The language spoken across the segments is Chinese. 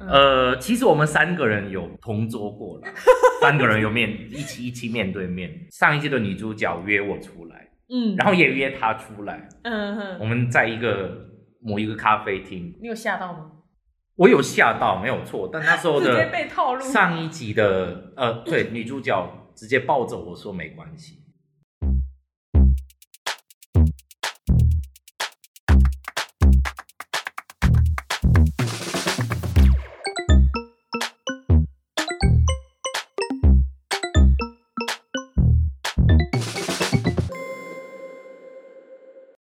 嗯呃，其实我们三个人有同桌过 了，三个人有面一起一起面对面。上一季的女主角约我出来，嗯然后也约她出来，嗯哼，我们在一个某一个咖啡厅，你有吓到吗？我有吓到，没有错，但那时候直接的被套路。上一集的呃，对，女主角直接抱着我说没关系。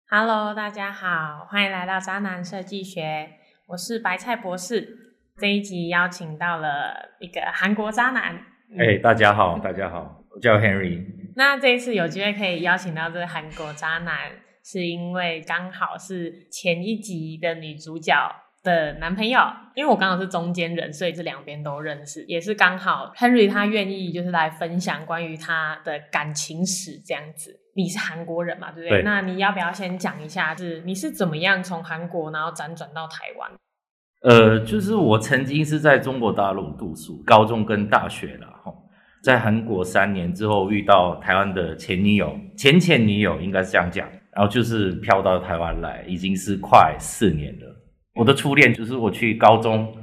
Hello，大家好，欢迎来到渣男设计学，我是白菜博士。这一集邀请到了一个韩国渣男，嗯哎、大家好，大家好，我叫 Henry。那这一次有机会可以邀请到这个韩国渣男，是因为刚好是前一集的女主角的男朋友，因为我刚好是中间人，所以这两边都认识，也是刚好 Henry 他愿意就是来分享关于他的感情史这样子。你是韩国人嘛，对不对？对那你要不要先讲一下，是你是怎么样从韩国然后辗转到台湾？呃，就是我曾经是在中国大陆读书，高中跟大学了哈，吼在韩国三年之后遇到台湾的前女友，前前女友应该是这样讲，然后就是飘到台湾来，已经是快四年了。我的初恋就是我去高中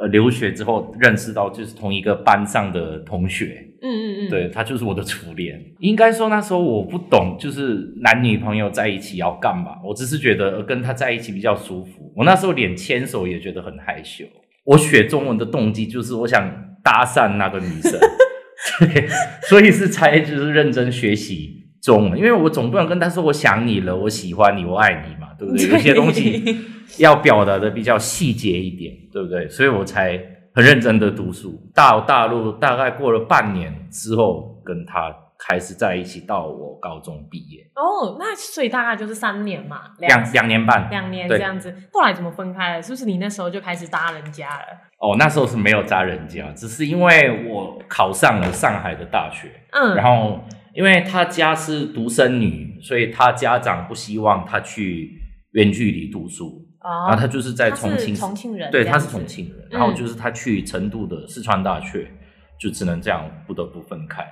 呃留学之后认识到，就是同一个班上的同学，嗯嗯 嗯，对，他就是我的初恋。应该说那时候我不懂，就是男女朋友在一起要干嘛，我只是觉得呃跟他在一起比较舒服。我那时候连牵手也觉得很害羞。我学中文的动机就是我想搭讪那个 女生，对，所以是才就是认真学习中文，因为我总不能跟他说我想你了，我喜欢你，我爱你嘛，对不对？ 有些东西。要表达的比较细节一点，对不对？所以我才很认真的读书。到大陆大概过了半年之后，跟他开始在一起，到我高中毕业，哦，那所以大概就是三年嘛，两两年半。两年对这样子，后来怎么分开了？是不是你那时候就开始搭人家了？哦，那时候是没有扎人家，只是因为我考上了上海的大学，嗯，然后因为他家是独生女，所以他家长不希望他去远距离读书，然哦，后他就是在他重是庆重庆人，对，这他样是子嗯重，庆人，然后就是他去成都的四川大学，就只能这样不得不分开。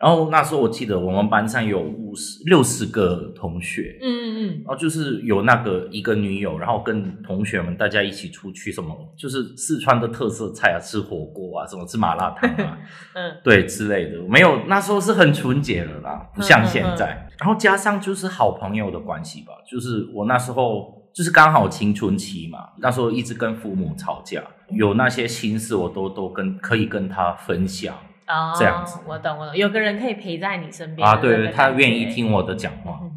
然后那时候我记得我们班上有五十六十个同学，嗯嗯然后就是有那个一个女友，然后跟同学们大家一起出去什么，就是四川的特色菜啊，吃火锅啊，什么吃麻辣烫啊，嗯对之类的，没有那时候是很纯洁了啦，不嗯像现在。然后加上就是好朋友的关系吧，就是我那时候就是刚好青春期嘛，那时候一直跟父母吵架，有那些心事我都都跟可以跟他分享嗯，哦，这样子我懂我懂，有个人可以陪在你身边啊，的那对个他感觉愿意。听我的讲话，嗯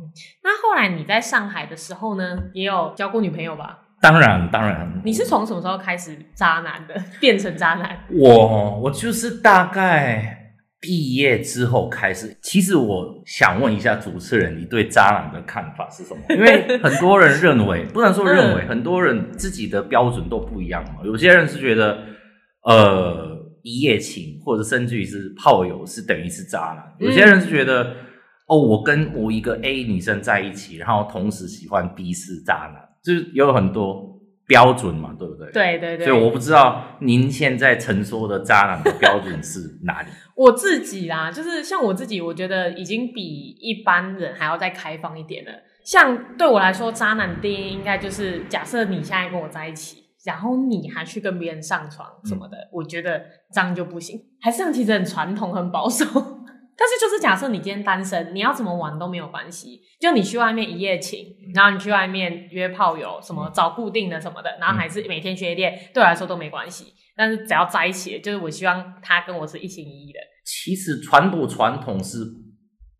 那后来你在上海的时候呢，也有交过女朋友吧？当然当然，你是从什么时候开始渣男的，变成渣男？我我就是大概毕业之后开始，其实我想问一下主持人，你对渣男的看法是什么？因为很多人认为，不能说认为，很多人自己的标准都不一样嘛。有些人是觉得，呃，一夜情或者甚至于是炮友是等于是渣男；有些人是觉得，哦，我跟我一个 A 女生在一起，然后同时喜欢 B 是渣男，就是有很多标准嘛，对不对？对对对，所以我不知道您现在承受的渣男的标准是哪里。我自己啦，就是像我自己，我觉得已经比一般人还要再开放一点了。像对我来说，渣男的定义应该就是，假设你现在跟我在一起，然后你还去跟别人上床什么的，我觉得这样就不行。还是这样其实很传统、很保守。 但是就是假设你今天单身，你要怎么玩都没有关系，就你去外面一夜情，然后你去外面约炮友，什么找固定的什么的，然后还是每天缺恋，对我来说都没关系。但是只要在一起了，就是我希望他跟我是一心一意的。其实传不传统是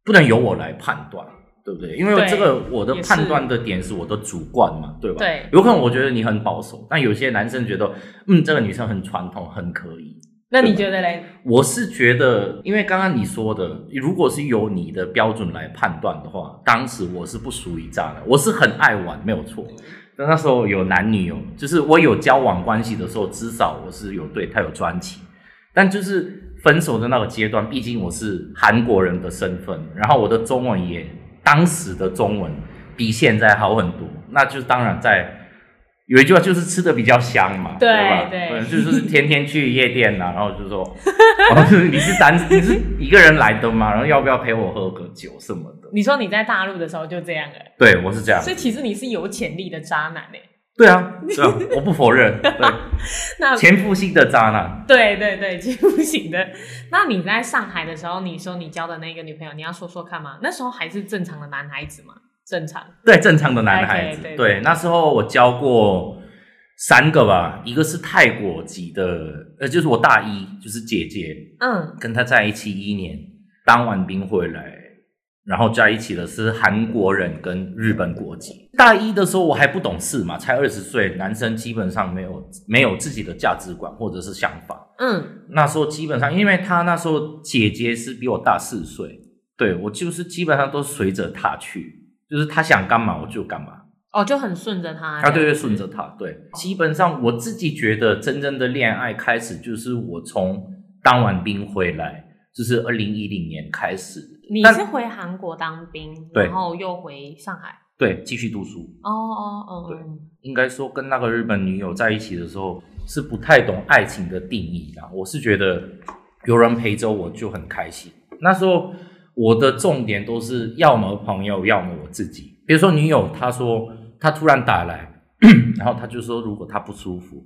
不能由我来判断，对不对？因为对这个我的也是判断的点是我的主观嘛，对吧？对有可能我觉得你很保守，但有些男生觉得，嗯，这个女生很传统，很可以。那你觉得嘞？我是觉得，因为刚刚你说的，如果是由你的标准来判断的话，当时我是不属于渣男，我是很爱玩，没有错。但那时候有男女友，就是我有交往关系的时候，至少我是有对他有专情。但就是分手的那个阶段，毕竟我是韩国人的身份，然后我的中文也当时的中文比现在好很多，那就当然在有一句话就是吃的比较香嘛，对吧？对可能就是天天去夜店呐、然后就说， 然后哦就是你是单你是一个人来的吗？然后要不要陪我喝个酒什么的？你说你在大陆的时候就这样了，对，我是这样所。以其实你是有潜力的渣男诶、对啊，对啊，我不否 认。对，那前夫系的渣男，对对对，其实不行的。那你在上海的时候，你说你交的那个女朋友，你要说说看吗？那时候还是正常的男孩子吗？正常，对正常的男孩子。对对对对，那时候我教过三个吧，一个是泰国籍的，呃，就是我大一，就是姐姐，嗯，跟她在一起一年，当完兵回来，然后在一起的是韩国人跟日本国籍。大一的时候我还不懂事嘛，才二十岁，男生基本上没有没有自己的价值观或者是想法。嗯，那时候基本上，因为她那时候姐姐是比我大四岁，对我就是基本上都随着她去，就是她想干嘛我就干嘛。哦，就很顺着他啊，对对，顺着他，对。基本上我自己觉得，真正的恋爱开始就是我从当完兵回来，就是二零一零年开始。你但是回韩国当兵，对然后又回上海，对继续读书，哦哦哦，对嗯应该说跟那个日本女友在一起的时候是不太懂爱情的定义啦。我是觉得有人陪着我就很开心。那时候我的重点都是要么朋友，要么我自己。比如说女友，她说她突然打来， 然后她就说如果她不舒服，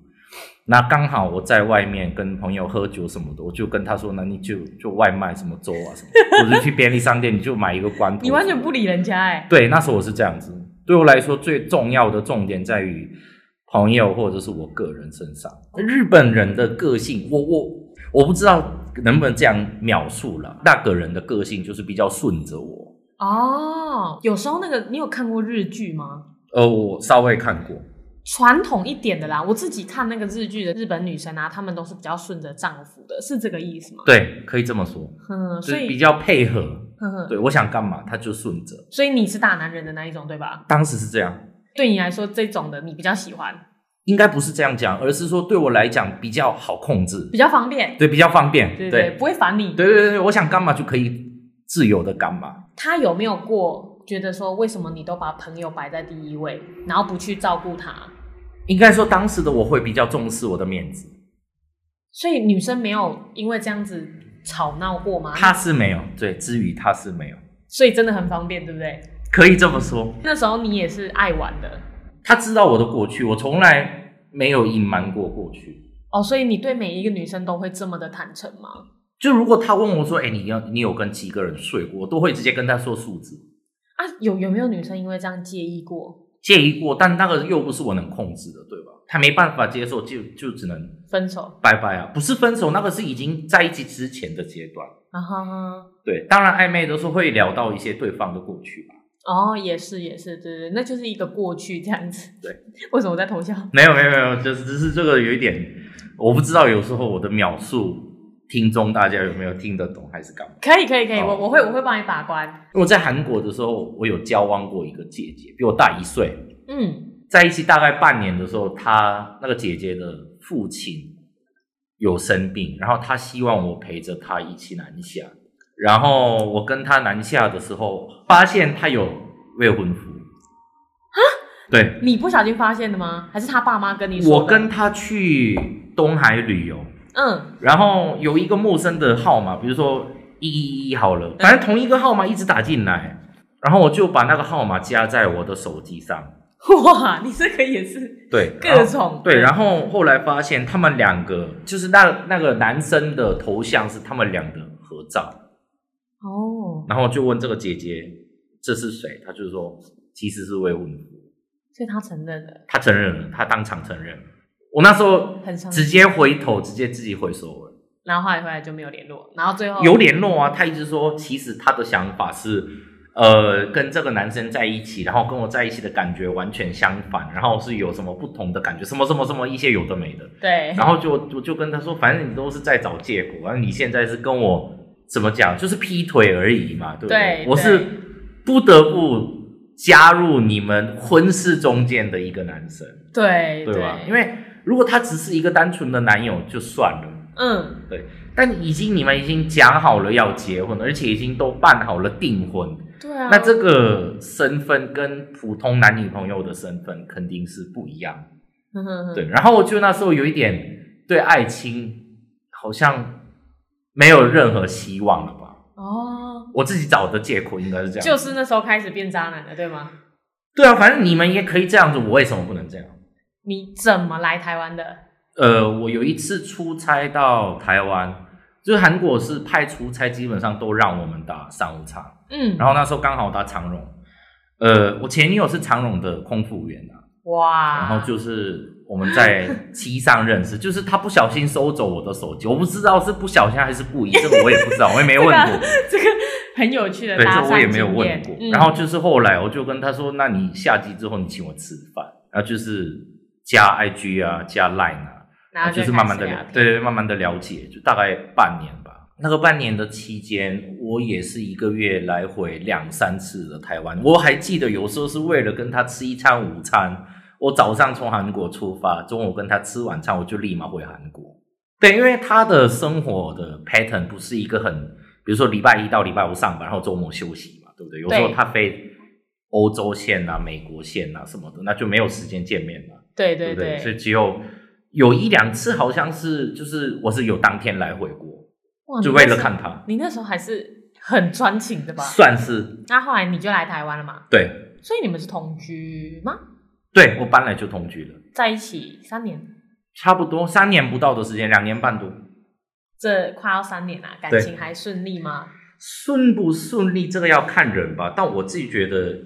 那刚好我在外面跟朋友喝酒什么的，我就跟她说，那你就就外卖什么粥啊什么，或者去便利商店你就买一个罐头。你完全不理人家哎、对，那时候我是这样子。对我来说，最重要的重点在于朋友或者是我个人身上。日本人的个性，我我我不知道能不能这样描述了。那个人的个性就是比较顺着我，哦，有时候那个你有看过日剧吗？呃，我稍微看过，传统一点的啦，我自己看那个日剧的日本女生啊，她们都是比较顺着丈夫的，是这个意思吗？对，可以这么说，嗯，就所是比以，较配合。呵呵，对，我想干嘛他就顺着。所以你是大男人的那一种，对吧？当时是这样，对你来说，这种的你比较喜欢，应该不是这样讲，而是说对我来讲比较好控制，比较方便，对，比较方便。对对不会烦你。对对对，我想干嘛就可以自由的干嘛。他有没有过觉得说，为什么你都把朋友摆在第一位，然后不去照顾他？应该说，当时的我会比较重视我的面子，所以女生没有因为这样子吵闹过吗？他是没有。对，至于他是没有，所以真的很方便，对不对？可以这么说。那时候你也是爱玩的他知道我的过去，我从来没有隐瞒过过去。哦，所以你对每一个女生都会这么的坦诚吗？就如果他问我说：“哎、你要你有跟几个人睡过？”我都会直接跟他说数字，啊，有有没有女生因为这样介意过介意过，但那个又不是我能控制的，对吧？他没办法接受，就就只能分手？拜拜啊！不是分手，那个是已经在一起之前的阶段。啊哈哈。对，当然暧昧的时候会聊到一些对方的过去吧。哦，也是也是，对对，对那就是一个过去这样子。对，为什么我在偷笑？没有没有没有，就是只是这个有一点，我不知道有时候我的描述听众大家有没有听得懂还是干嘛。可以可以可以，哦我我会我会帮你把关。我在韩国的时候，我有交往过一个姐姐，比我大一岁，嗯，在一起大概半年的时候，她那个姐姐的父亲有生病，然后她希望我陪着她一起南下。然后我跟她南下的时候，发现她有未婚夫。对，你不小心发现的吗？还是他爸妈跟你说的？我跟她去东海旅游，嗯然后有一个陌生的号码，比如说一一一好了，反正同一个号码一直打进来，然后我就把那个号码加在我的手机上。哇，你这个也是对，各然后种对，后然后后来发现他们两个就是那那个男生的头像是他们俩的合照，哦，然后就问这个姐姐这是谁，她就说其实是未婚夫，所以他承认了，她承认了，她当场承认。我那时候很伤直心。接回头，直接自己回收了。然后后来回来就没有联络，然后最后有联络啊，他一直说，其实他的想法是，呃，跟这个男生在一起，然后跟我在一起的感觉完全相反，然后是有什么不同的感觉，什么什么什么一些有的没的，对然后就我就跟他说，反正你都是在找借口，然后你现在是跟我怎么讲，就是劈腿而已嘛，对不对我对是不得不加入你们婚事中间的一个男生，对对吧？因为如果他只是一个单纯的男友就算了。嗯对，但已经你们已经讲好了要结婚，而且已经都办好了订婚，对啊，那这个身份跟普通男女朋友的身份肯定是不一样。哼哼哼对，然后就那时候有一点对爱情好像没有任何希望了吧？哦，我自己找的借口应该是这样。就是那时候开始变渣男了，对吗？对啊，反正你们也可以这样子，我为什么不能这样？你怎么来台湾的？呃，我有一次出差到台湾，就是韩国是派出差，基本上都让我们打商务舱。嗯，然后那时候刚好打长荣，呃，我前女友是长荣的空服员啊，哇，然后就是我们在机上认识，就是她不小心收走我的手机，我不知道是不小心还是故意，这个我也不知道，我也没问过。 这个很有趣的对，搭这讪我也没有经问验过。嗯然后就是后来我就跟他说：“那你下机之后，你请我吃饭。”然后就是加 IG 啊，加 Line 啊，然后就开始是慢慢的聊了，天对对，慢慢的了解，就大概半年吧。那个半年的期间，我也是一个月来回两三次的台湾。我还记得有时候是为了跟他吃一餐午餐，我早上从韩国出发，中午跟他吃晚餐，我就立马回韩国。对，因为他的生活的 pattern 不是一个很，比如说礼拜一到礼拜五上班，然后周末休息嘛，对不对？有时候对他飞欧洲线啊、美国线啊什么的，那就没有时间见面了。对对对不所以只有有一两次好像是就是我是有当天来回国，哇就你为那了时候看他，哦你那时候还是很专情的吧？算是那后来你就来台湾了嘛？对所以你们是同居吗？对，我搬来就同居了，在一起三年，差不多三年不到的时间，两年半多。这快要三年啦，啊感对情还顺利吗？顺不顺利这个要看人吧，但我自己觉得，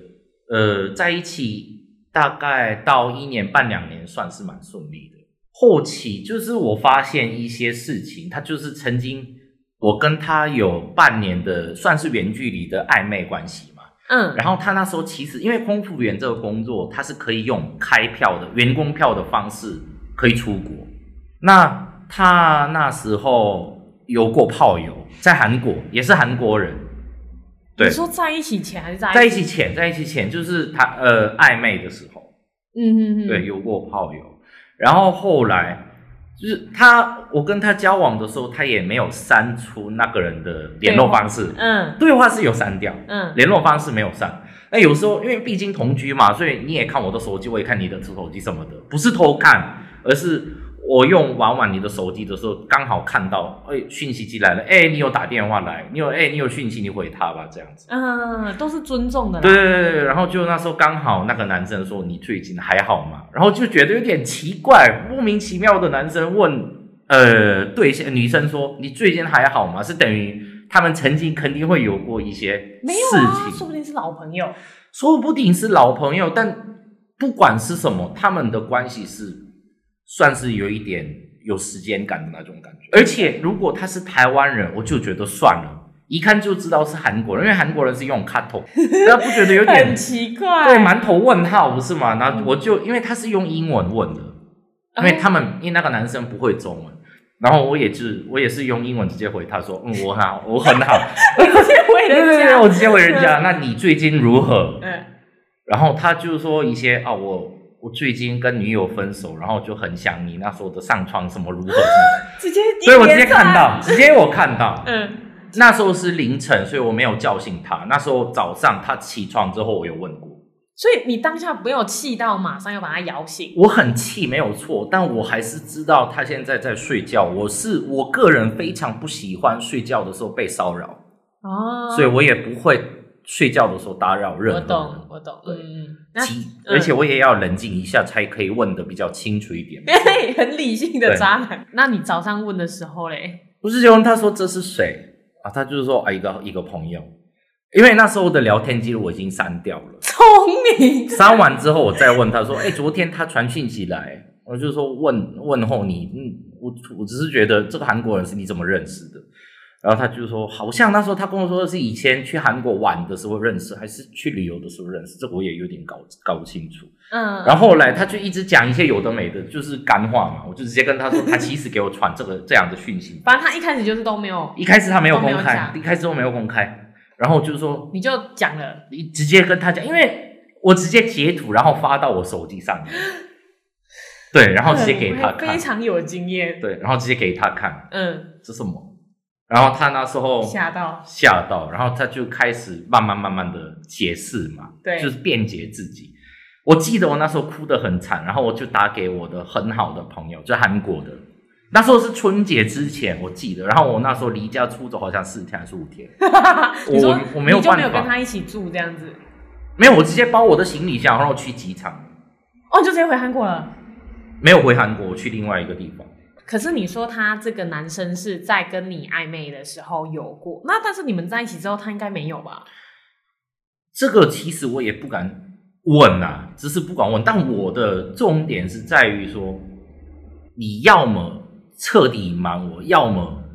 呃，在一起大概到一年半两年算是蛮顺利的。后期就是我发现一些事情，他就是曾经我跟他有半年的算是远距离的暧昧关系嘛。嗯，然后他那时候其实因为空服员这个工作，他是可以用开票的员工票的方式可以出国。那他那时候有过炮友，在韩国也是韩国人，对你，说在一起前还是在在一一起前，在一起前就是他呃暧昧的时候，嗯嗯嗯，对，，有过炮友。然后后来就是他，我跟他交往的时候，他也没有删除那个人的联络方式，嗯对话是有删掉，嗯，联络方式没有上。那有时候因为毕竟同居嘛，所以你也看我的手机，我也看你的手机什么的，不是偷看，而是我用玩玩你的手机的时候，刚好看到，哎、讯息寄来了，哎、你有打电话来，你有哎、你有讯息，你回他吧，这样子。嗯，都是尊重的啦。对对对对，然后就那时候刚好那个男生说你最近还好吗？然后就觉得有点奇怪，莫名其妙的男生问呃对象女生说你最近还好吗？是等于他们曾经肯定会有过一些没有事啊，情，说不定是老朋友。说不定是老朋友，但不管是什么，他们的关系是算是有一点有时间感的那种感觉。而且如果他是台湾人，我就觉得算了，一看就知道是韩国人，因为韩国人是用 cut 头，大家不觉得有很 点奇怪，对馒头问号不是吗？那嗯我就因为他是用英文问的，因为他们因为那个男生不会中文。然后我也是，我也是用英文直接回他说，嗯，我好，我很 好，为对对哎人对，家，对我直接回人家，那你最近如何？嗯，然后他就说一些啊，我我最近跟女友分手，然后就很想你，那时候的上床什么如何什 么，直接，所以我直接看，到，直接我看到，嗯那时候是凌晨，所以我没有叫醒他。那时候早上他起床之后，我有问过，所以你当下没有气到，马上要把他摇醒，我很气没有错，但我还是知道他现在在睡觉。我是我个人非常不喜欢睡觉的时候被骚扰，哦，所以我也不会睡觉的时候打扰任何我人懂。我懂，对嗯嗯，那其嗯而且我也要冷静一下，才可以问的比较清楚一点。 嘿很理性的对渣男。那你早上问的时候嘞，不是就问他说这是谁啊？他就是说啊一个一个朋友，因为那时候的聊天记录我已经删掉 了，聪 明，删完之后我再问他说，哎、昨天他传讯息来，我就说问问候你，嗯，我我只是觉得这个韩国人是你怎么认识的？然后他就说，好像那时候他跟我说的是以前去韩国玩的时候认识，还是去旅游的时候认识，这个我也有点搞搞不清楚。嗯，然后后来他就一直讲一些有的没的，就是干话嘛，我就直接跟他说，他其实给我传这个这样的讯息，反正他一开始就是都没有，一开始他没有公都没有开，讲一开始都没有公开，然后就是说你就讲了，嗯你直接跟他讲，因为我直接截图然后发到我手机上面， 对，然后直接给他嗯非看，常有经验，对，然后直接给他看，嗯，这什么？然后他那时候吓到，吓到，然后他就开始慢慢慢慢的解释嘛，对就是辩解自己。我记得我那时候哭得很惨，然后我就打给我的很好的朋友，就韩国的。那时候是春节之前，我记得。然后我那时候离家出走，好像四天还是五天， 你说我我没有你就办没有跟法，他一起住这样子，没有，我直接包我的行李箱，然后去机场，哦，你就直接回韩国了。没有回韩国，我去另外一个地方。可是你说他这个男生是在跟你暧昧的时候有过，那但是你们在一起之后，他应该没有吧？这个其实我也不敢问啊，只是不敢问。但我的重点是在于说，你要么彻底隐瞒我，要么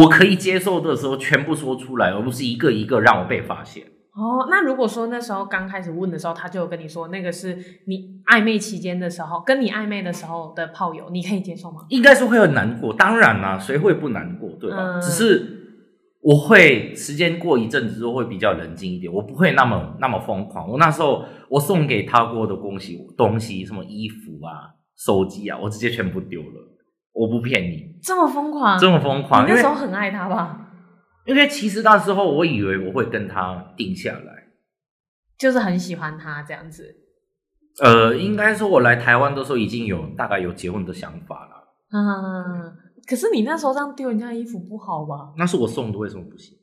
我可以接受的时候全部说出来，而不是一个一个让我被发现。哦，那如果说那时候刚开始问的时候，他就有跟你说那个是你暧昧期间的时候，跟你暧昧的时候的炮友，你可以接受吗？应该是会很难过，当然啦、谁会不难过，对吧？嗯只是我会时间过一阵子之后会比较冷静一点，我不会那么那么疯狂。我那时候我送给他过的东西，东西什么衣服啊、手机啊，我直接全部丢了，我不骗你。这么疯狂，这么疯狂，嗯因你那为时候很爱他吧？因为其实那时候我以为我会跟他定下来，就是很喜欢他这样子，呃，应该说我来台湾的时候已经有大概有结婚的想法了。嗯。可是你那时候这样丢人家衣服不好吧？那是我送的，为什么不行？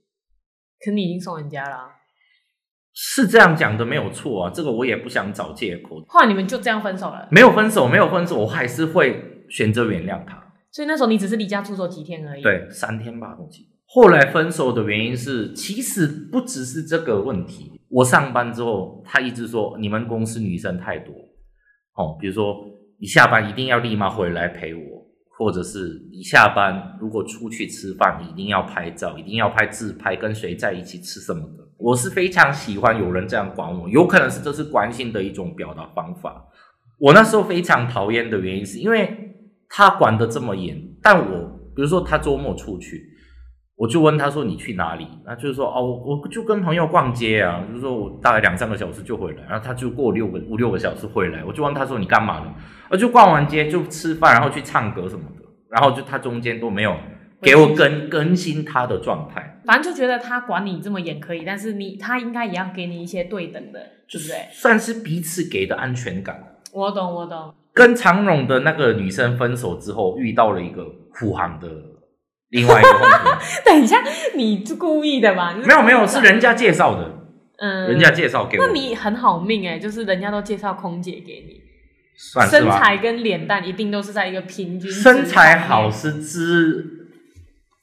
可你已经送人家了啊、是这样讲的没有错啊，这个我也不想找借口。后来你们就这样分手了，没有分手，没有分手，我还是会选择原谅他。所以那时候你只是离家出走几天而已。，对，三天吧，我记得。后来分手的原因是，其实不只是这个问题。我上班之后，他一直说你们公司女生太多，哦，比如说你下班一定要立马回来陪我，或者是你下班如果出去吃饭，一定要拍照，一定要拍自拍，跟谁在一起吃什么的。我是非常喜欢有人这样管我，有可能是这是关心的一种表达方法。我那时候非常讨厌的原因是因为他管得这么严，但我比如说他周末出去，我就问他说你去哪里？那就是说哦，我我就跟朋友逛街啊，就是说我大概两三个小时就回来，然后他就过六个五六个小时回来，我就问他说你干嘛了？啊，就逛完街就吃饭，然后去唱歌什么的，然后就他中间都没有给我更更新他的状态。反正就觉得他管你这么严可以，但是你他应该也要给你一些对等的，对不对？算是彼此给的安全感。我懂，我懂。 跟常荣的那个女生分手之后，遇到了一个护航的另外一个同 学，等一下，你是故意的吧？就是没有没有，是人家介绍的，嗯，人家介绍给我那的，你很好命哎、就是人家都介绍空姐给你，算是身吧。材跟脸蛋一定都是在一个平均值上面，身材好是之，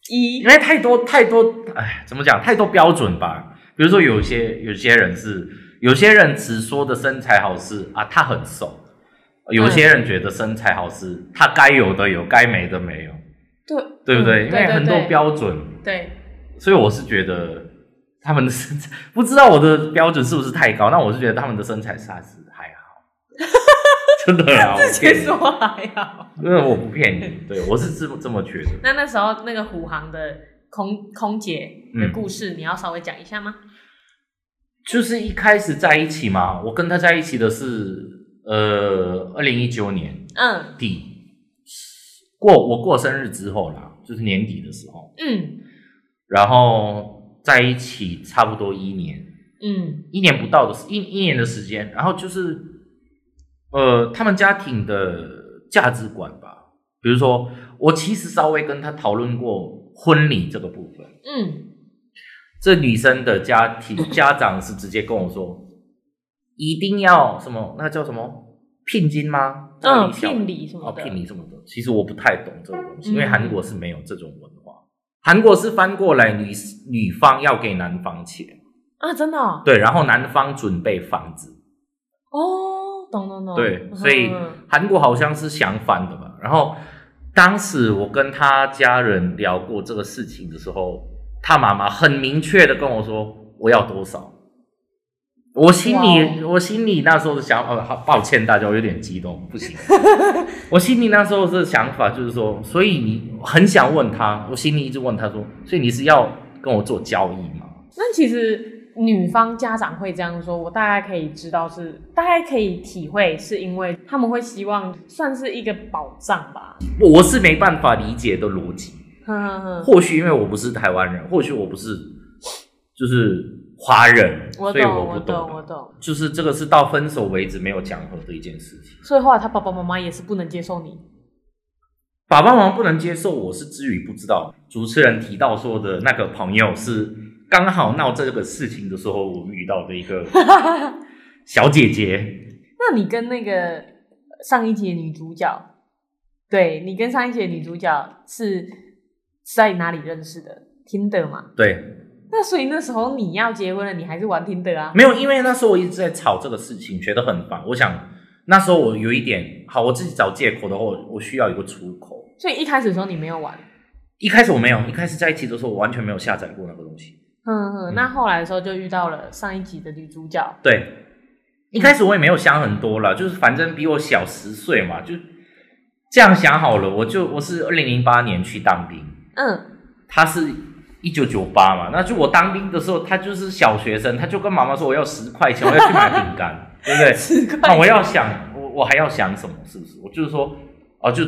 一因为太多太多，哎，怎么讲？太多标准吧。比如说有些有些人是，有些人只说的身材好是啊，他很瘦；嗯有些人觉得身材好是他该有的有，该没的没有，对对不对？嗯因为很多标准。对，所以我是觉得他们的身材，不知道我的标准是不是太高，那我是觉得他们的身材啥是还好，真的啦，我不其骗实你，我还好。因为我不骗你，对我是这么这么觉得。那那时候那个虎航的空空姐的嗯故事，你要稍微讲一下吗？就是一开始在一起嘛，我跟他在一起的是呃二零一九年嗯底过我过生日之后啦，就是年底的时候，嗯然后在一起差不多一年，嗯一年不到的时一一年的时间，然后就是，呃，他们家庭的价值观吧，比如说，我其实稍微跟他讨论过婚礼这个部分。嗯，这女生的家庭家长是直接跟我说，一定要什么，那叫什么聘金吗？嗯礼小聘礼什么哦，的聘礼什么的。其实我不太懂这个东西，因为嗯韩国是没有这种文化，韩国是翻过来女女方要给男方钱，啊，真的哦，对，然后男方准备房子。哦懂懂懂，对，嗯所以韩国好像是相反的吧。然后当时我跟他家人聊过这个事情的时候，他妈妈很明确的跟我说我要多少。我心哦里，我心里那时候的想法，好抱歉大家，我有点激动，不 行。我心里那时候的想法就是说，所以你很想问他，我心里一直问他说，所以你是要跟我做交易吗？那其实女方家长会这样说，我大概可以知道是，大概可以体会，是因为他们会希望算是一个保障吧。 我我是没办法理解的逻辑。哼哼哼，或许因为我不是台湾人，或许我不是就是华人，我所以懂，我我不懂，啊我懂。就是这个是到分手为止没有讲和的一件事情。所以后来他爸爸妈妈也是不能接受你，爸爸妈妈不能接受，我是至于不知道。主持人提到说的那个朋友是刚好闹这个事情的时候，我遇到的一 个小姐姐。那你跟那个上一集的女主角，对你跟上一集的女主角是是在哪里认识的？Tinder 嘛？对，那所以那时候你要结婚了，你还是玩 Tinder 啊？没有，因为那时候我一直在吵这个事情，觉得很烦。我想那时候我有一点，好，我自己找借口的话，我我需要有个出口。所以一开始的时候你没有玩，一开始我没有，一开始在一起的时候，我完全没有下载过那个东西。哼嗯哼。嗯那后来的时候就遇到了上一集的女主角，对，一开始我也没有想很多啦，就是反正比我小十岁嘛，就这样想好了。我就我是二零零八年去当兵， 嗯，他是一九九八嘛，那就我当兵的时候，他就是小学生，他就跟妈妈说我要十块钱，我要去买饼干，对不对？十那块哦我要想，我我还要想什么？是不是？我就是说，啊，就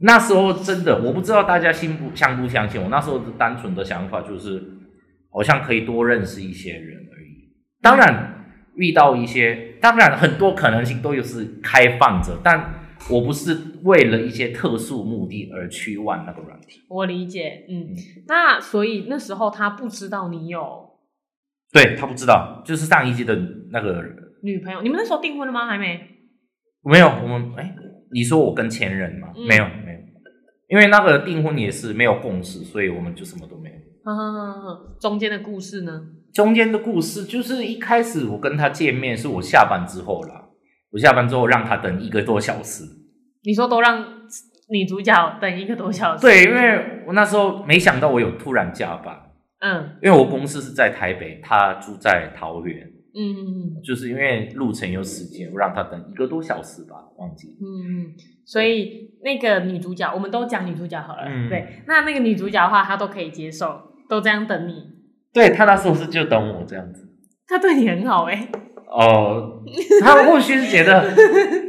那时候真的，我不知道大家信不相不相信。我那时候的单纯的想法就是，好像可以多认识一些人而已。当然，遇到一些，当然很多可能性都有是开放着，但我不是为了一些特殊目的而去玩那个软体。我理解，嗯嗯。那所以那时候他不知道你有对他不知道，就是上一季的那个女朋友，你们那时候订婚了吗？还没？没有，我们哎，你说我跟前任吗？嗯没有，没有，因为那个订婚也是没有共识，所以我们就什么都没有。哼哼哼哼嗯中间的故事呢？中间的故事就是一开始我跟他见面是我下班之后啦，我下班之后让他等一个多小时。你说都让女主角等一个多小时？对，因为我那时候没想到我有突然加班，嗯因为我公司是在台北，他住在桃园，嗯嗯就是因为路程有时间，我让他等一个多小时吧，忘记。嗯，所以那个女主角，我们都讲女主角好了。嗯对，那那个女主角的话，她都可以接受，都这样等你，对他那时候是就等我这样子。她对你很好哎、哦，他或许是觉得，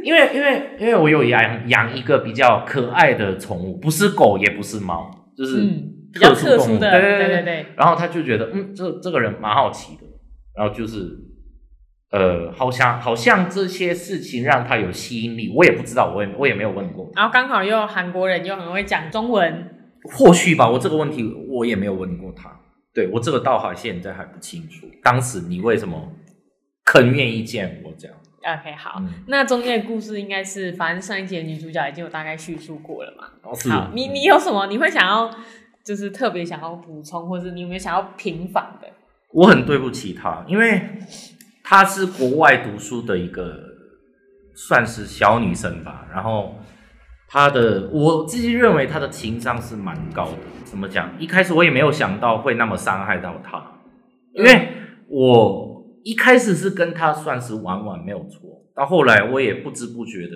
因为因为因为我有养养一个比较可爱的宠物，不是狗也不是猫，就是、嗯，比较特特殊的，殊动物对对对对对对对。然后他就觉得，嗯，这这个人蛮好奇的，然后就是，呃，好像好像这些事情让他有吸引力，我也不知道，我也我也没有问过，然后刚好又韩国人又很会讲中文，或许吧，我这个问题我也没有问过他，对我这个倒还现在还不清楚，当时你为什么肯愿意见我这样？ OK，好，嗯那中间的故事应该是，反正上一集的女主角已经有大概叙述过了嘛。哦是好，你你有什么你会想要，就是特别想要补充，或者你有没有想要平反嗯的？我很对不起她，因为她是国外读书的一个算是小女生吧。然后她的我自己认为她的情商是蛮高的。怎么讲？一开始我也没有想到会那么伤害到她，因为我一开始是跟她算是玩玩没有错，到后来我也不知不觉的，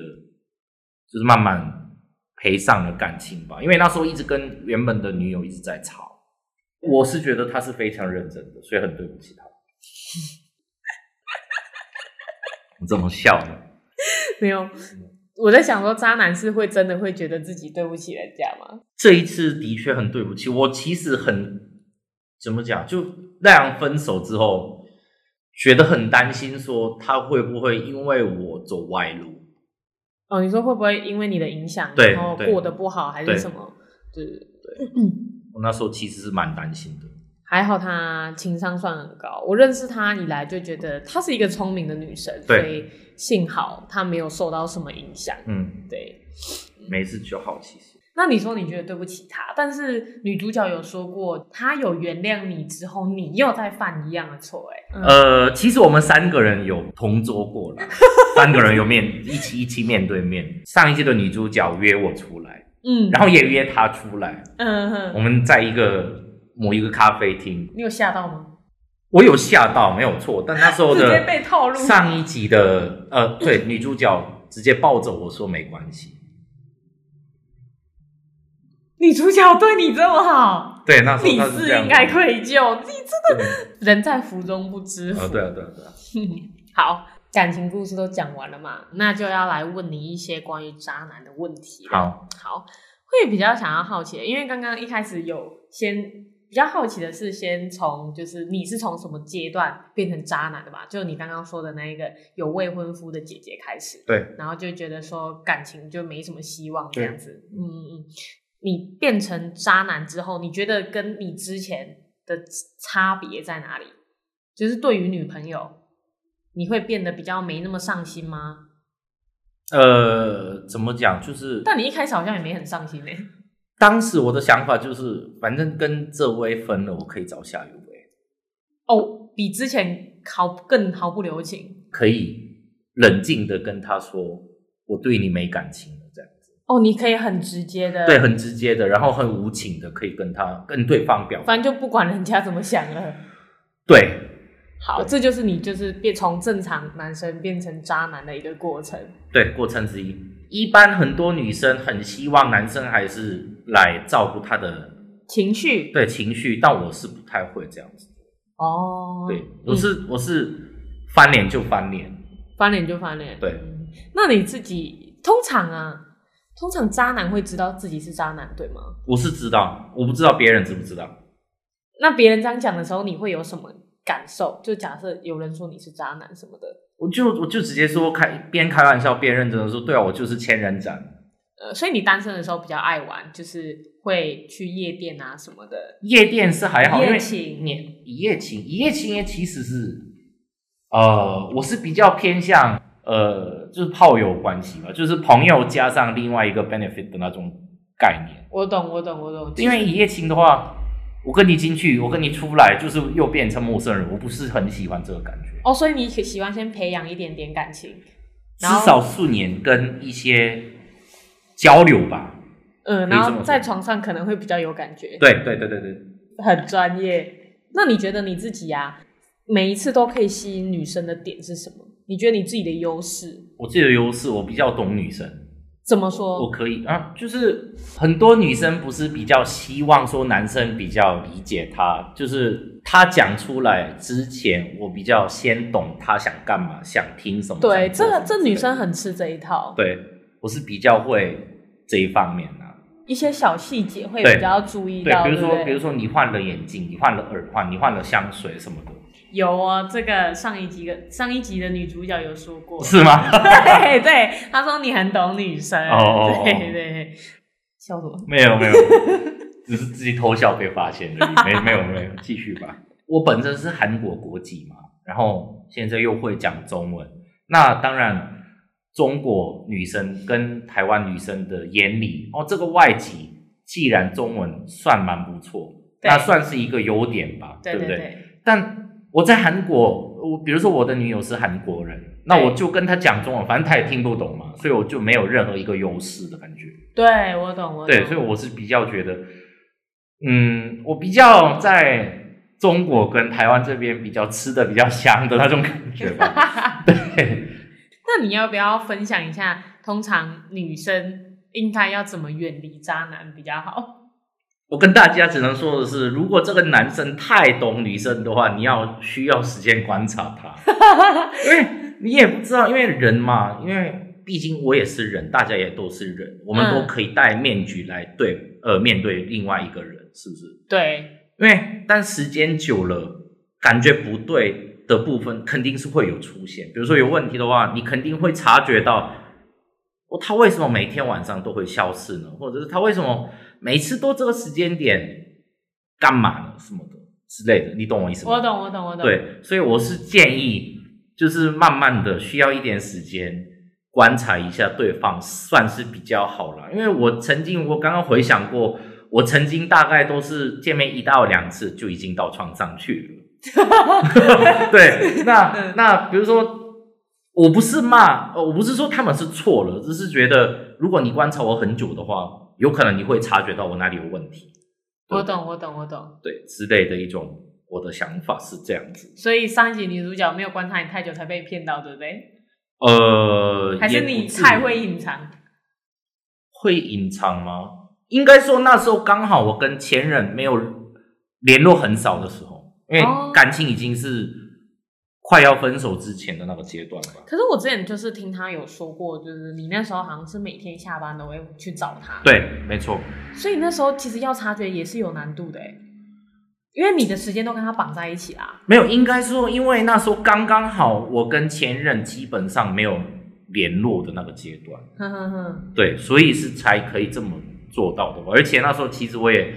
就是慢慢赔上了感情吧。因为那时候一直跟原本的女友一直在吵。我是觉得他是非常认真的，所以很对不起他。你怎么笑呢？没有，我在想说，渣男是会真的会觉得自己对不起人家吗？这一次的确很对不起，我其实很怎么讲，就那样分手之后，觉得很担心，说他会不会因为我走歪路？哦，你说会不会因为你的影响，对然后对过得不好还是对什么？就是我那时候其实是蛮担心的。还好她情商算很高，我认识她以来就觉得她是一个聪明的女生，所对以幸好她没有受到什么影响。嗯，对，没事就好，其实那你说你觉得对不起她，但是女主角有说过，她有原谅你之后，你又再犯一样的错、欸，哎、嗯，呃，其实我们三个人有同桌过了，三个人有面一起一起面对面。上一季的女主角约我出来，嗯，然后也约他出来，嗯哼我们在一个某一个咖啡厅，你有吓到吗？我有吓到，没有错，但那时候直接的被套路，上一集的呃，对，女主角直接抱着我说没关系，女主角对你这么好，对，那时候你她是这是样应该愧疚。你这对，人在福中不知福。啊，对啊，对啊，对啊， 好，感情故事都讲完了嘛，那就要来问你一些关于渣男的问题了。好，好，会比较想要好奇的，因为刚刚一开始有先比较好奇的是，先从就是你是从什么阶段变成渣男的吧？就你刚刚说的那一个有未婚夫的姐姐开始，对，然后就觉得说感情就没什么希望这对样子。嗯嗯嗯，你变成渣男之后，你觉得跟你之前的差别在哪里？就是对于女朋友，你会变得比较没那么上心吗？呃，怎么讲？就是但你一开始好像也没很上心呢、欸当时我的想法就是，反正跟这位分了，我可以找下一位，哦，比之前毫更毫不留情。可以冷静的跟他说，我对你没感情了，这样子，哦，你可以很直接的，对，，很直接的，然后很无情的，可以跟他跟对方表反正就不管人家怎么想了。对，好，这就是你就是变从正常男生变成渣男的一个过程。对，过程之一。一般很多女生很希望男生还是来照顾她的情绪对情绪，但我是不太会这样子。哦，对，嗯我是、我是翻脸就翻脸，翻脸就翻脸。对嗯，那你自己通常啊，通常渣男会知道自己是渣男，对吗？我是知道，我不知道别人知不知道。那别人这样讲的时候，你会有什么感受？就假设有人说你是渣男什么的，我就我就直接说开边开玩笑边认真的说，对啊，我就是千人斩。呃，所以你单身的时候比较爱玩，就是会去夜店啊什么的。夜店是还好，一夜因为情你一夜情，一夜情也其实是，呃，我是比较偏向呃，就是炮友关系吧，就是朋友加上另外一个 benefit 的那种概念。我懂，我懂，我懂。因为一夜情的话，我跟你进去，我跟你出来，就是又变成陌生人，我不是很喜欢这个感觉。哦，所以你喜欢先培养一点点感情，至然后少数年跟一些交流吧。嗯，可以然这么后说在床上可能会比较有感觉，对对对对对，很专业。那你觉得你自己啊，每一次都可以吸引女生的点是什么？你觉得你自己的优势我自己的优势，我比较懂女生。怎么我说？可以啊，就是很多女生不是比较希望说男生比较理解她，就是她讲出来之前，我比较先懂她想干嘛，想听什么。对，想做这什么这女生很吃这一套，对，我是比较会这一方面啊。一些小细节会对比较注意对到，，比如不说，比如对？说你换了眼镜，你换了耳环，你换了香水什么的，有哦，这个上一集的上一集的女主角有说 过，是吗？对对，她说你很懂女生，哦哦哦对对对，笑什么？没有没有，只是自己偷笑被发现而已。没没有没有，继续吧。我本身是韩国国籍嘛，然后现在又会讲中文，那当然中国女生跟台湾女生的眼里，哦，这个外籍既然中文算蛮不错，对那算是一个优点吧，对不对对？对。但我在韩国，我比如说我的女友是韩国人，那我就跟她讲中文，反正她也听不懂嘛，所以我就没有任何一个优势的感觉。对，我懂，我懂。对，所以 我是比较觉得，嗯，我比较在中国跟台湾这边比较吃的比较香的那种感觉 吧。对，那你要不要分享一下，通常女生应该要怎么远离渣男比较好？我跟大家只能说的是，如果这个男生太懂女生的话，你要需要时间观察他，因为你也不知道，因为人嘛，因为毕竟我也是人，大家也都是人，我们嗯都可以戴面具来对呃面对另外一个人，是不是？对，因为但时间久了，感觉不对的部分肯定是会有出现。比如说有问题的话，你肯定会察觉到，哦，他为什么每天晚上都会消失呢？或者是他为什么每次都这个时间点干嘛呢？什么的之类的，你懂我意思吗？我懂，我懂，我懂。，对，所以我是建议，就是慢慢的需要一点时间观察一下对方，算是比较好了。因为我曾经，我刚刚回想过，我曾经大概都是见面一到两次就已经到床上去了。 对，那那比如说。我不是骂，呃我不是说他们是错了，只是觉得如果你观察我很久的话，有可能你会察觉到我哪里有问题， 我懂，我懂，我懂。对之类的一种我的想法是这样子。所以上一集女主角没有观察你太久才被骗到，对不对？呃，还也是不你至于太会隐藏？会隐藏吗？应该说那时候刚好我跟前任没有联络很少的时候，因哦为感情已经是快要分手之前的那个阶段吧。可是我之前就是听她有说过，就是你那时候好像是每天下班都会去找她。，对，没错。所以那时候其实要察觉也是有难度的欸。因为你的时间都跟他绑在一起啊 啦。没有，应该说，因为那时候刚刚好，我跟前任基本上没有联络的那个阶段，哼哼哼，对，所以是才可以这么做到的。而且那时候其实我也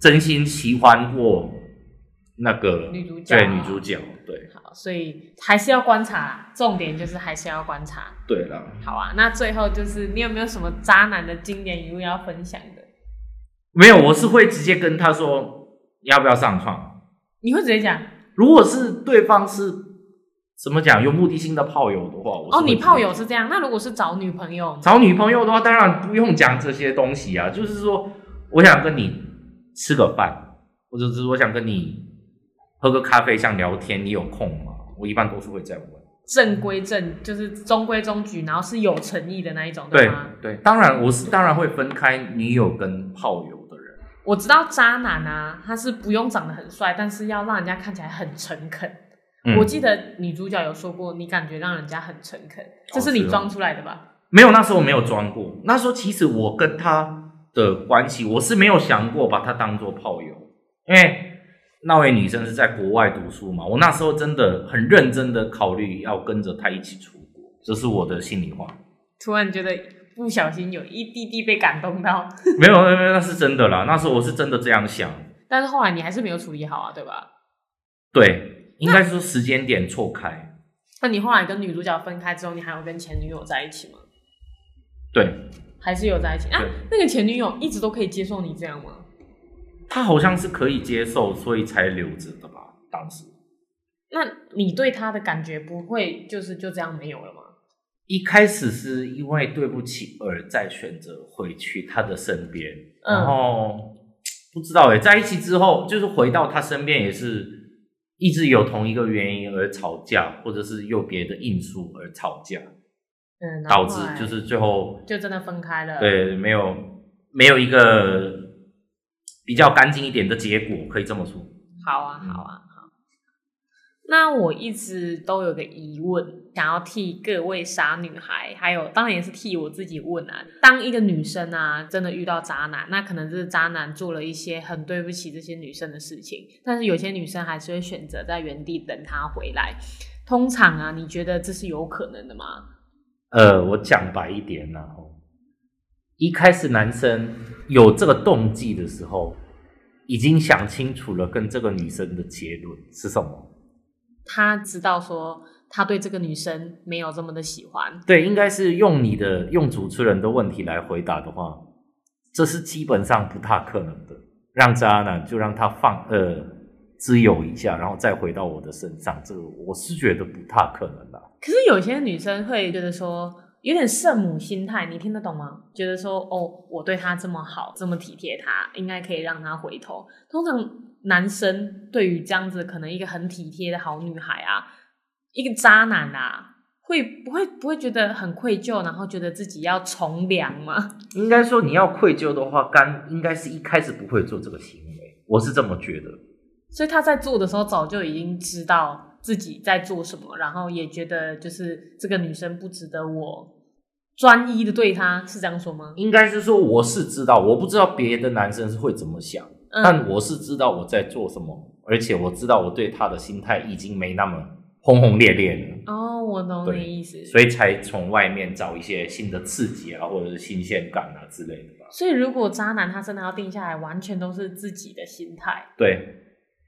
真心喜欢过那个女主角对女主角，对好，所以还是要观察，重点就是还是要观察。对啦。好啊，那最后就是你有没有什么渣男的经典语录要分享的？没有，我是会直接跟他说要不要上床。你会直接讲如果是对方是怎么讲有目的性的炮友的话，我是哦，会你直接炮友是这样，那如果是找女朋友呢，找女朋友的话，当然不用讲这些东西啊，就是说我想跟你吃个饭，或者是我想跟你喝个咖啡，想聊天，你有空吗？我一般都是会这样问。正规正就是中规中矩，然后是有诚意的那一种，对吗？对，当然我是当然会分开你有跟炮友的人，我知道渣男啊，他是不用长得很帅，但是要让人家看起来很诚恳。嗯我记得女主角有说过，你感觉让人家很诚恳，这是是你哦装出来的吧？没有，那时候没有装过。那时候其实我跟他的关系，我是没有想过把他当做炮友，因为那位女生是在国外读书嘛。我那时候真的很认真的考虑要跟着她一起出国，这是我的心里话。突然觉得不小心有一滴滴被感动到，没有，没有，没有那是真的啦。那时候我是真的这样想，但是后来你还是没有处理好啊，对吧？对，应该说时间点错开，那你后来跟女主角分开之后，你还有跟前女友在一起吗？对还是有在一起啊对？那个前女友一直都可以接受你这样吗？他好像是可以接受，所以才留着的吧。当时那你对她的感觉不会就是就这样没有了吗？一开始是因为对不起而再选择回去他的身边，嗯然后不知道诶、欸在一起之后就是回到他身边也是一直有同一个原因而吵架，或者是有别的因素而吵架，嗯，然后导后致来就是最后就真的分开了。，对没有没有一个比较干净一点的结果，可以这么说。好啊，好啊，好。那我一直都有个疑问，想要替各位傻女孩，还有当然也是替我自己问啊。当一个女生啊，真的遇到渣男，那可能这渣男做了一些很对不起这些女生的事情，但是有些女生还是会选择在原地等他回来。通常啊，你觉得这是有可能的吗？呃，我讲白一点然后一开始男生有这个动机的时候，已经想清楚了跟这个女生的结论是什么。他知道说他对这个女生没有这么的喜欢，对，应该是用你的用主持人的问题来回答的话，这是基本上不大可能的。让渣男就让他放呃自由一下，然后再回到我的身上，这个我是觉得不大可能的。可是有些女生会觉得说，有点圣母心态，你听得懂吗？觉得说，哦，我对她这么好，这么体贴她，应该可以让她回头。通常男生对于这样子，可能一个很体贴的好女孩啊，一个渣男啊，会不会不会觉得很愧疚，然后觉得自己要从良吗？应该说你要愧疚的话，干应该是一开始不会做这个行为，我是这么觉得。所以他在做的时候，早就已经知道自己在做什么，然后也觉得就是这个女生不值得我专一的对她，是这样说吗？应该是说我是知道，我不知道别的男生是会怎么想，嗯但我是知道我在做什么，而且我知道我对他的心态已经没那么轰轰烈烈了，哦，我懂对你意思。所以才从外面找一些新的刺激啊，或者是新鲜感啊之类的吧。所以，如果渣男他真的要定下来，完全都是自己的心态，对，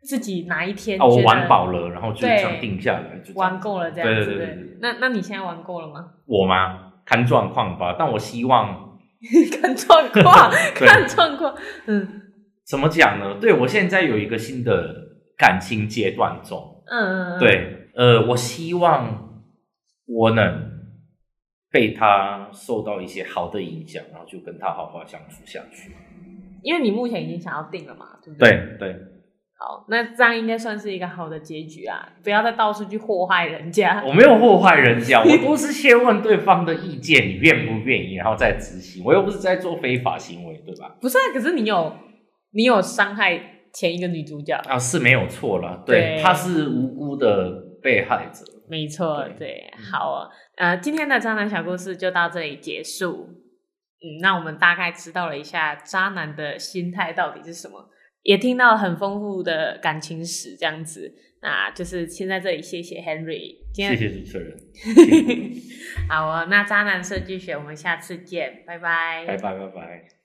自己哪一天啊，我觉得玩饱了，然后就对这样定下来，就这样玩够了这样子。对对对不对对那那你现在玩够了吗？ 我吗？看状况吧，但我希望看状况， 对看状况。嗯怎么讲呢？对我现在有一个新的感情阶段中，嗯嗯，嗯，对，呃，我希望我能被他受到一些好的影响，然后就跟他好好相处下去。因为你目前已经想要定了嘛，对不对？对对，好，那这样应该算是一个好的结局啊！不要再到处去祸害人家。 我没有祸害人 家，我都是先问对方的意见，你愿不愿意，然后再执行。我又不是在做非法行为，对吧？不是啊，可是你有你有伤害前一个女主角，啊，是没有错了，对对，他是无辜的被害者。没错，对对，嗯好哦。呃，今天的渣男小故事就到这里结束。嗯，那我们大概知道了一下渣男的心态到底是什么。也听到很丰富的感情史这样子。那就是先在这里谢谢 Henry，今谢天谢主持人，好哦，那渣男设计学我们下次见，拜拜，拜拜拜拜。